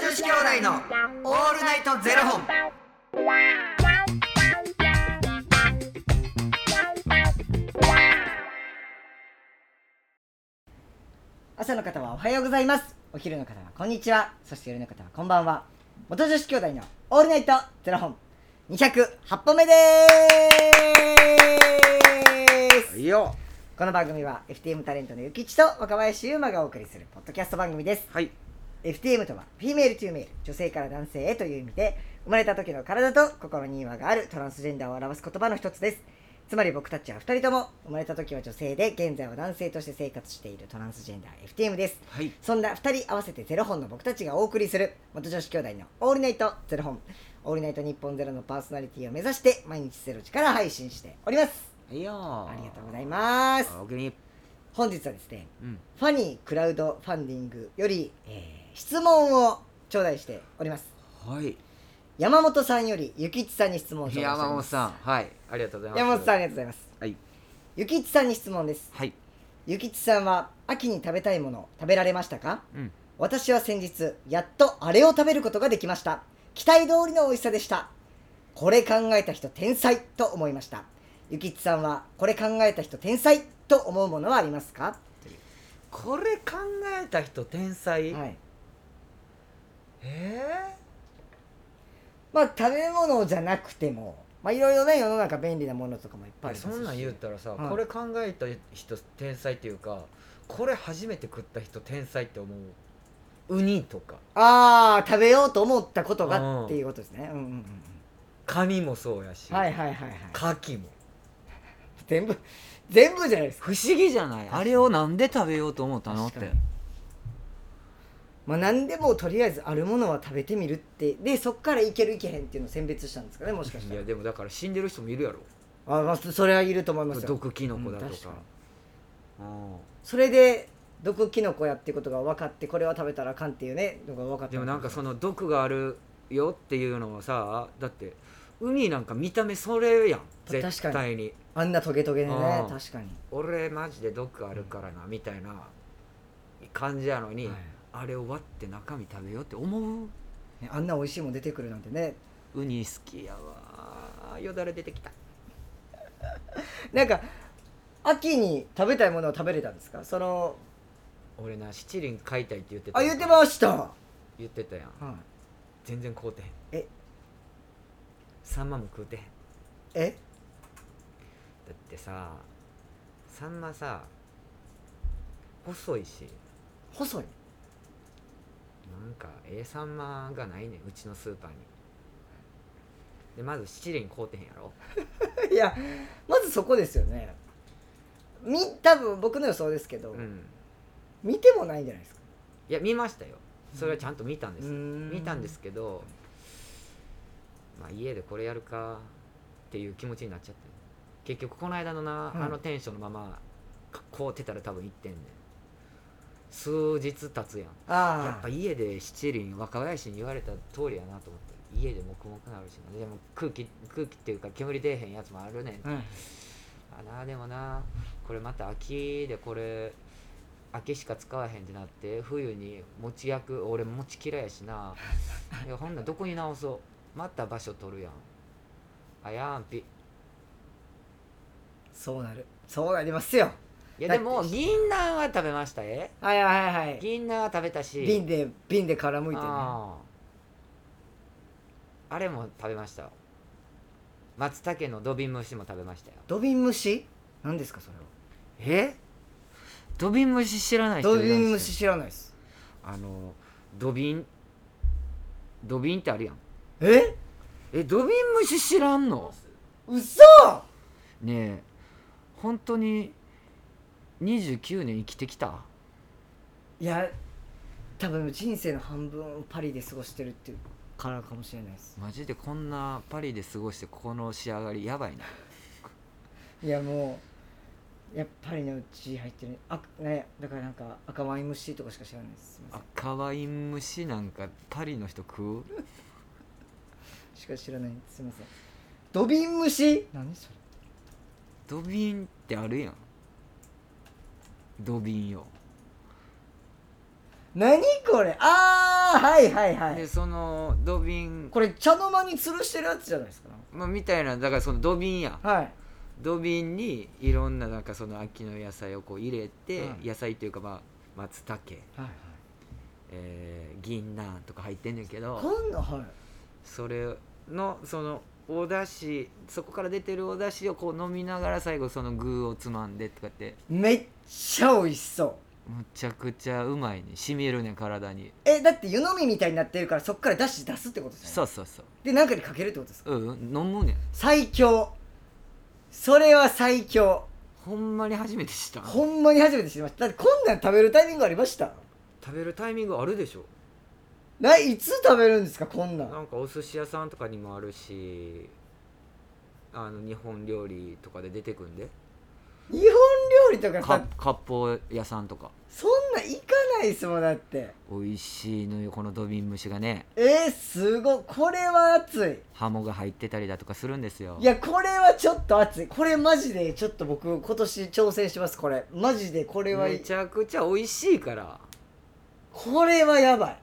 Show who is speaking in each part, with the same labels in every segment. Speaker 1: 子兄弟のオールナイトゼロ本。
Speaker 2: 朝の方はおはようございますお昼の方はこんにちはそして夜の方はこんばんは元女子兄弟のオールナイトゼロ本208本目でーす
Speaker 1: いいよ。
Speaker 2: この番組は FTM タレントのゆきちと若林優馬がお送りするポッドキャスト番組です
Speaker 1: はい。
Speaker 2: FTM とはフィメール・トゥーメール女性から男性へという意味で生まれた時の体と心に違和があるトランスジェンダーを表す言葉の一つですつまり僕たちは2人とも生まれた時は女性で現在は男性として生活しているトランスジェンダー FTM です
Speaker 1: はい。
Speaker 2: そんな2人合わせてゼロ本の僕たちがお送りする元女子兄弟の「オールナイトゼロ本」「オールナイト日本ゼロのパーソナリティを目指して毎日ゼロ時から配信しております
Speaker 1: いいよ。
Speaker 2: ありがとうございます
Speaker 1: おおきに。
Speaker 2: 本日はですね
Speaker 1: うん。
Speaker 2: ファニークラウドファンディングより、えー質問を頂戴しております
Speaker 1: はい。
Speaker 2: 山本さんよりゆきちさんに質問を頂戴しております
Speaker 1: 山本さん。はい。ありがとうございます。
Speaker 2: 山本さんありがとうございます
Speaker 1: はい。
Speaker 2: ゆきちさんに質問です
Speaker 1: はい。
Speaker 2: ゆきちさんは秋に食べたいもの食べられましたか
Speaker 1: うん。
Speaker 2: 私は先日やっとあれを食べることができました期待通りの美味しさでしたこれ考えた人天才と思いましたゆきちさんはこれ考えた人天才と思うものはありますか、
Speaker 1: これ考えた人天才。
Speaker 2: はい、
Speaker 1: え
Speaker 2: まあ食べ物じゃなくてもまあいろいろね世の中便利なものとかもいっ
Speaker 1: え
Speaker 2: ぱいあり
Speaker 1: そ
Speaker 2: ますし
Speaker 1: んなん言ったらさ、
Speaker 2: はい
Speaker 1: これ考えた人天才っていうかこれ初めて食った人天才って思うウニとか
Speaker 2: ああ食べようと思ったことがっていうことですねうんうんうん
Speaker 1: カニもそうやし、
Speaker 2: うんはいはいはいはい
Speaker 1: カキも
Speaker 2: 全部全部じゃないですか
Speaker 1: 不思議じゃない
Speaker 2: かに
Speaker 1: あれをなんで食べようと思ったのっ
Speaker 2: 確
Speaker 1: て
Speaker 2: かにまあ何でもとりあえずあるものは食べてみるってでそっからいけるいけへんっていうのを選別したんですかねもしかした
Speaker 1: い
Speaker 2: ら
Speaker 1: やでもだから死んでる人もいるやろ
Speaker 2: あ、まあ、そそれはいると思いますよ
Speaker 1: 毒キノコだと
Speaker 2: うん
Speaker 1: か,
Speaker 2: 確かに
Speaker 1: うん、
Speaker 2: それで毒キノコやってことが分かってこれは食べたらあかんっていうねのが分かった
Speaker 1: でもなんかその毒があるよっていうのはさだってウニなんか見た目それやん
Speaker 2: 確かに
Speaker 1: 絶対に
Speaker 2: あんなトゲトゲでね
Speaker 1: うん
Speaker 2: 確かに、
Speaker 1: 俺マジで毒あるからなみたいな感じやのに、
Speaker 2: はい
Speaker 1: あれを割って中身食べようって思う
Speaker 2: ねあんな美味しいもん出てくるなんてね
Speaker 1: ウニ好きやわよだれ出てきた
Speaker 2: なんか秋に食べたいものを食べれたんですかその
Speaker 1: 俺な七輪買いたいって言ってた
Speaker 2: あ
Speaker 1: やん
Speaker 2: 言ってました、は
Speaker 1: 言ってたやん
Speaker 2: い、
Speaker 1: 全然買うてへん
Speaker 2: え
Speaker 1: サンマも食うてへん
Speaker 2: え
Speaker 1: だってさサンマさ細いし
Speaker 2: 細い
Speaker 1: なんかええサンマがないねんうちのスーパーにでまず七輪買うてへんやろ
Speaker 2: いやまずそこですよねみ多分僕の予想ですけど、
Speaker 1: うん
Speaker 2: 見てもないんじゃないですか
Speaker 1: いや見ましたよそれはちゃんと見たんです、見
Speaker 2: 見
Speaker 1: たんですけどまあ家でこれやるかっていう気持ちになっちゃって結局この間のな、
Speaker 2: うん
Speaker 1: あのテンションのままかこうてたら多分いってんねん数日経つやんや
Speaker 2: あ
Speaker 1: っぱ
Speaker 2: あ
Speaker 1: 家で七輪若林に言われた通りやなと思って家で黙々なるしなでも空気空気っていうか煙出えへんやつもあるねん
Speaker 2: うん
Speaker 1: あなあでもなこれまた秋でこれ秋しか使わへんってなって冬に餅焼く俺餅嫌いやしないやほんならどこに直そうまた場所取るやんあやんぴ
Speaker 2: そうなるそうなりますよ
Speaker 1: いや
Speaker 2: だっ
Speaker 1: で
Speaker 2: て
Speaker 1: も銀杏は食べましたえ
Speaker 2: はいはいはい
Speaker 1: 銀杏は食べたし
Speaker 2: 瓶で瓶で殻むいてね
Speaker 1: あーあれも食べました松茸の土瓶蒸しも食べましたよ
Speaker 2: 土瓶蒸し何ですかそれは
Speaker 1: え土瓶蒸し知らない人
Speaker 2: 土
Speaker 1: いない
Speaker 2: 瓶蒸
Speaker 1: っすね
Speaker 2: し知らないです
Speaker 1: あの土瓶土瓶ってあるやん
Speaker 2: え
Speaker 1: え土瓶蒸し知らんの
Speaker 2: 嘘
Speaker 1: ねえ本当に29年生きてきた
Speaker 2: いや多分人生の半分をパリで過ごしてるっていうからかもしれないです
Speaker 1: マジでこんなパリで過ごしてここの仕上がりやばいない
Speaker 2: やもうやっぱりのうち入ってるあねだからなんか赤ワイン蒸しとかしか知らないですすいません
Speaker 1: 赤ワイン蒸しなんかパリの人食う
Speaker 2: しか知らないすいません土瓶蒸し何それ
Speaker 1: 土瓶ってあるやん土瓶よ
Speaker 2: 何これあああはいはいは
Speaker 1: で
Speaker 2: い
Speaker 1: その土瓶、
Speaker 2: これ茶の間に吊るしてるやつじゃないですか
Speaker 1: まあ、みたいなだからその土瓶や
Speaker 2: はい
Speaker 1: 土瓶にいろんななんかその秋の野菜をこう入れて、
Speaker 2: うん
Speaker 1: 野菜というかまあ松茸、
Speaker 2: はいはい
Speaker 1: えー、銀杏とか入ってんねんけど
Speaker 2: こんなはい
Speaker 1: それのそのお出汁そこから出てるお出汁をこう飲みながら最後その具をつまんでとかって
Speaker 2: めっちゃ美味しそう
Speaker 1: むちゃくちゃうまいねしみるねん体に
Speaker 2: えだって湯飲みみたいになってるからそっから出し出すってことです
Speaker 1: そ
Speaker 2: ね
Speaker 1: うそうそう
Speaker 2: で何かにかけるってことですか
Speaker 1: うんうん飲むねん
Speaker 2: 最強それは最強
Speaker 1: ほんまに初めて知った
Speaker 2: ほんまに初めて知りましただってこんなん食べるタイミングありました
Speaker 1: 食べるタイミングあるでしょ
Speaker 2: ないいつ食べるんですかこんなん
Speaker 1: なんかお寿司屋さんとかにもあるしあの日本料理とかで出てくんで
Speaker 2: 日本料理とか
Speaker 1: か
Speaker 2: さ
Speaker 1: 割烹屋さんとか
Speaker 2: そんなん行かないですもんだって
Speaker 1: 美味しいのよこの土瓶蒸しがね
Speaker 2: えー、すごいこれは熱い
Speaker 1: ハモが入ってたりだとかするんですよ
Speaker 2: いやこれはちょっと熱いこれマジでちょっと僕今年挑戦しますこれマジでこれは
Speaker 1: めちゃくちゃ美味しいから
Speaker 2: これはやばい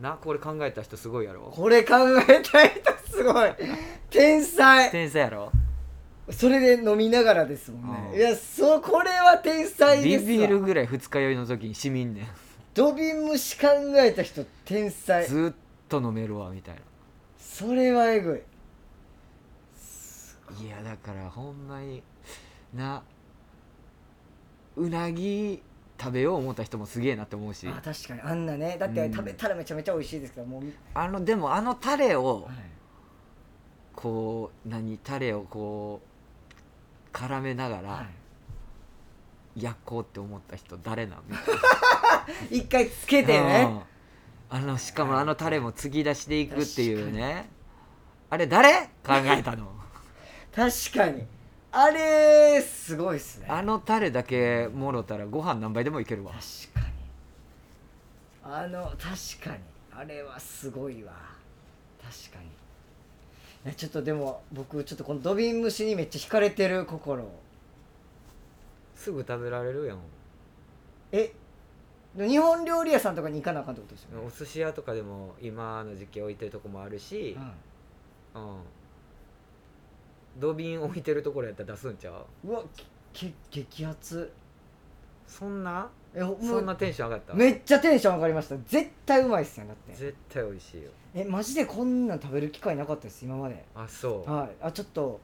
Speaker 1: なこれ考えた人すごいやろ
Speaker 2: これ考えたいとすごい天才
Speaker 1: 天才やろ
Speaker 2: それで飲みながらですもん
Speaker 1: うん
Speaker 2: ねいやそうこれは天才
Speaker 1: ビ
Speaker 2: ですわ
Speaker 1: ビるぐらい二日酔いの時にしみんねん
Speaker 2: ドビン蒸し考えた人天才
Speaker 1: ずっと飲めるわみたい
Speaker 2: それはえぐい
Speaker 1: ないやだからほんまになうなぎ食べよう思った人もすげえなって思うし
Speaker 2: あ確かにあんなねだって
Speaker 1: うん
Speaker 2: 食べたらめちゃめちゃ美味しいですけどもう、
Speaker 1: あのでもあのタレをこう何タレをこう絡めながら焼こうって思った人誰なんみたいな
Speaker 2: 一回つけてね
Speaker 1: うんあのしかもあのタレも継ぎ出しでいくっていうねあれ誰考えたの
Speaker 2: 確かにあれすごいっすね
Speaker 1: あのタレだけもろたらご飯何杯でもいけるわ
Speaker 2: 確かにあの確かにあれはすごいわ確かにいやちょっとでも僕ちょっとこの土瓶蒸しにめっちゃ惹かれてる心
Speaker 1: すぐ食べられるやん
Speaker 2: え日本料理屋さんとかに行かなあかんってことですよね、
Speaker 1: お寿司屋とかでも今の時期置いてるとこもあるし
Speaker 2: う、ん
Speaker 1: うん、土瓶置いてるところやったら出すんちゃう
Speaker 2: うわけけ激アツ
Speaker 1: そんな
Speaker 2: えほも
Speaker 1: そ
Speaker 2: うん
Speaker 1: なテンション上がった
Speaker 2: めっちゃテンション上がりました絶対うまいっすよだって
Speaker 1: 絶対美味しいよ
Speaker 2: えマジでこんなん食べる機会なかったです今まで
Speaker 1: あそう
Speaker 2: はい、あちょっと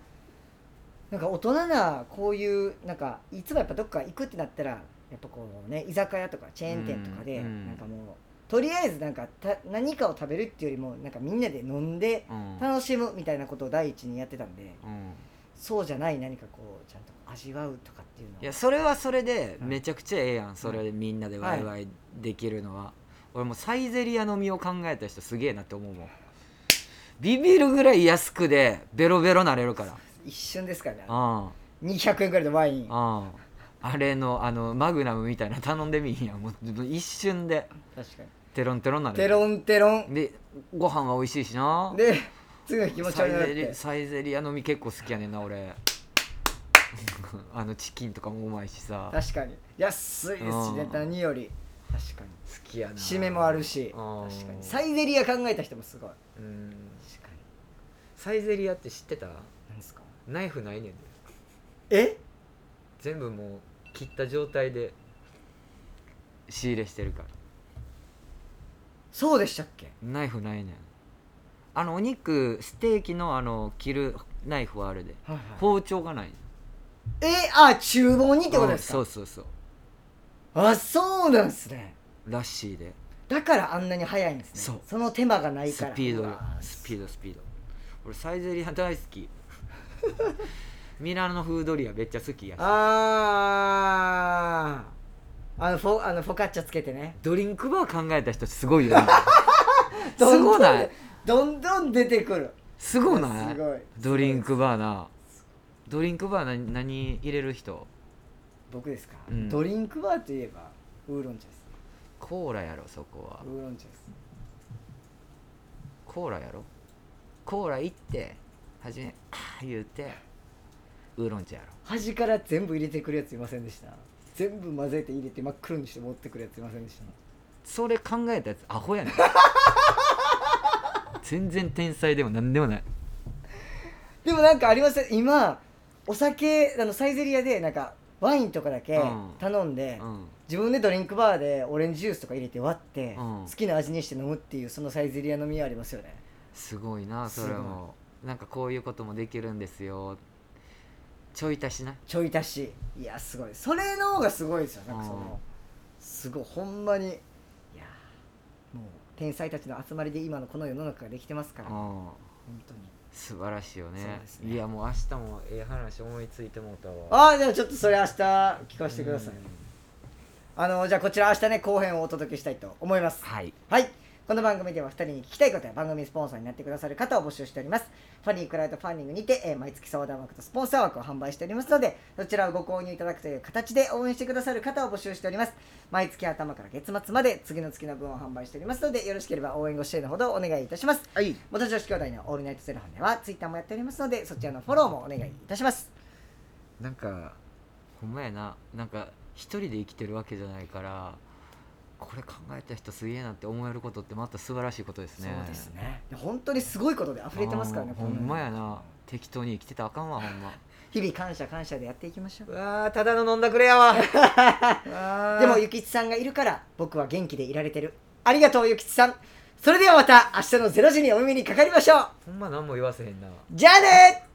Speaker 2: なんか大人なこういうなんかいつもやっぱどっか行くってなったらやっぱこうね居酒屋とかチェーン店とかで、
Speaker 1: うんうん
Speaker 2: なんかもうとりあえずなんかた何かを食べるっていうよりもなんかみんなで飲んで
Speaker 1: うん、
Speaker 2: 楽しむみたいなことを第一にやってたんで
Speaker 1: うん、
Speaker 2: そうじゃない何かこうちゃんと味わうとかっていうのはい
Speaker 1: やそれはそれでめちゃくちゃええやんそれでみんなでワイワイできるのは、俺もうサイゼリア飲みを考えた人すげえなって思うもんビビるぐらい安くでベロベロなれるから
Speaker 2: 一瞬ですからね
Speaker 1: うん
Speaker 2: 200円ぐらいのワイン
Speaker 1: うんあれのあのマグナムみたいなの頼んでみいやんもう一瞬で
Speaker 2: 確かに
Speaker 1: テロンテロンなれる
Speaker 2: テロンテロン
Speaker 1: でご飯は美味しいしな
Speaker 2: で次の日気持ち
Speaker 1: サ
Speaker 2: 悪い
Speaker 1: イ
Speaker 2: なっ
Speaker 1: ゼリ
Speaker 2: て
Speaker 1: サイゼリア飲み結構好きやねんな俺 あのチキンとかもうまいしさ好
Speaker 2: 確かに安いですし
Speaker 1: う
Speaker 2: ね
Speaker 1: ん
Speaker 2: 何より確かに
Speaker 1: きやな
Speaker 2: 締めもあるし
Speaker 1: うん
Speaker 2: 確かにサイゼリア考えた人もすごい
Speaker 1: うん
Speaker 2: 確かに
Speaker 1: サイゼリアって知ってた
Speaker 2: 何ですか
Speaker 1: ナイフないねんで
Speaker 2: え
Speaker 1: 全部もう切った状態で仕入れしてるから
Speaker 2: そうでしたっけ
Speaker 1: ナイフないねんあのお肉ステーキのあの切るナイフはあるで
Speaker 2: はい
Speaker 1: 包丁がないねん
Speaker 2: えあ厨房にってことですか
Speaker 1: うんそうそう
Speaker 2: あそうなんですね
Speaker 1: そうらしいで
Speaker 2: だからあんなに早いんですね
Speaker 1: そう
Speaker 2: の手間がない
Speaker 1: ス
Speaker 2: から
Speaker 1: ピード
Speaker 2: う
Speaker 1: よ
Speaker 2: わ
Speaker 1: スピードスピード俺サイゼリア大好き ミラノフードリアめっちゃ好きやし
Speaker 2: あーあのフォあのフォカッチャつけてね
Speaker 1: ドリンクバー考えた人すごいよな す
Speaker 2: どんど
Speaker 1: ご
Speaker 2: ん
Speaker 1: ない
Speaker 2: どんどん出てくる
Speaker 1: すごない
Speaker 2: すごい
Speaker 1: ドリンクバーなドリンクバーな何入れる人
Speaker 2: 僕ですか、
Speaker 1: うん
Speaker 2: ドリンクバーといえばウーロン茶です
Speaker 1: コーラやろそこは
Speaker 2: ウーロン茶です
Speaker 1: コーラやろコーラ行って初め「あー言うてウーロン茶やろ
Speaker 2: 端から全部入れてくるやついませんでした全部混ぜて入れて真っ黒にして持ってくるやついませんでした
Speaker 1: それ考えたやつアホや ねん全然天才でも何でもない
Speaker 2: でもなんかあります今お酒あのサイゼリアでなんかワインとかだけ
Speaker 1: うん
Speaker 2: 頼んで、
Speaker 1: うん
Speaker 2: 自分でドリンクバーでオレンジジュースとか入れて割って、
Speaker 1: う
Speaker 2: 好
Speaker 1: ん
Speaker 2: きな味にして飲むっていうそのサイゼリア飲みありますよね
Speaker 1: すごいなそれもなんかこういうこともできるんですよちょい足しな
Speaker 2: ちょい足しいやすごいそれの方がすごいですよなんかそのすごいほんまにいやもう天才たちの集まりで今のこの世の中ができてますから本
Speaker 1: うん
Speaker 2: 当に
Speaker 1: 素晴らしいよね
Speaker 2: そうですね
Speaker 1: いやもう明日もええ話思いついてもうた
Speaker 2: あ
Speaker 1: わ
Speaker 2: あでもちょっとそれ明日聞かせてください
Speaker 1: うん
Speaker 2: あのじゃあこちら明日ね後編をお届けしたいと思います
Speaker 1: はい
Speaker 2: はい。この番組では2人に聞きたいことや番組スポンサーになってくださる方を募集しております。ファニークラウドファンディングにて、えー毎月相談枠とスポンサー枠を販売しておりますので、そちらをご購入いただくという形で応援してくださる方を募集しております。毎月頭から月末まで次の月の分を販売しておりますので、よろしければ応援ご支援のほどお願いいたします。
Speaker 1: はい
Speaker 2: 元女子兄弟のオールナイトゼロ本ではツイッターもやっておりますので、そちらのフォローもお願いいたします。
Speaker 1: なんかほんまやななんか一人で生きてるわけじゃないからこれ考えた人すげえなって思えることってまた素晴らしいことですね
Speaker 2: ね。本当にすごいことで溢れてますからね、
Speaker 1: うん
Speaker 2: こ
Speaker 1: ほ
Speaker 2: の世
Speaker 1: んまやな適当に生きてたらあかんわほんま
Speaker 2: 日々感謝感謝でやっていきましょう。
Speaker 1: うわーただの飲んだくれ やわ
Speaker 2: で
Speaker 1: で
Speaker 2: も
Speaker 1: も
Speaker 2: ゆきちさんがいるから僕は元気でいられてるありがとうゆきちさんそれではまた明日の0時にお耳にかかりましょう
Speaker 1: ほんま何も言わせへんな
Speaker 2: じゃあねー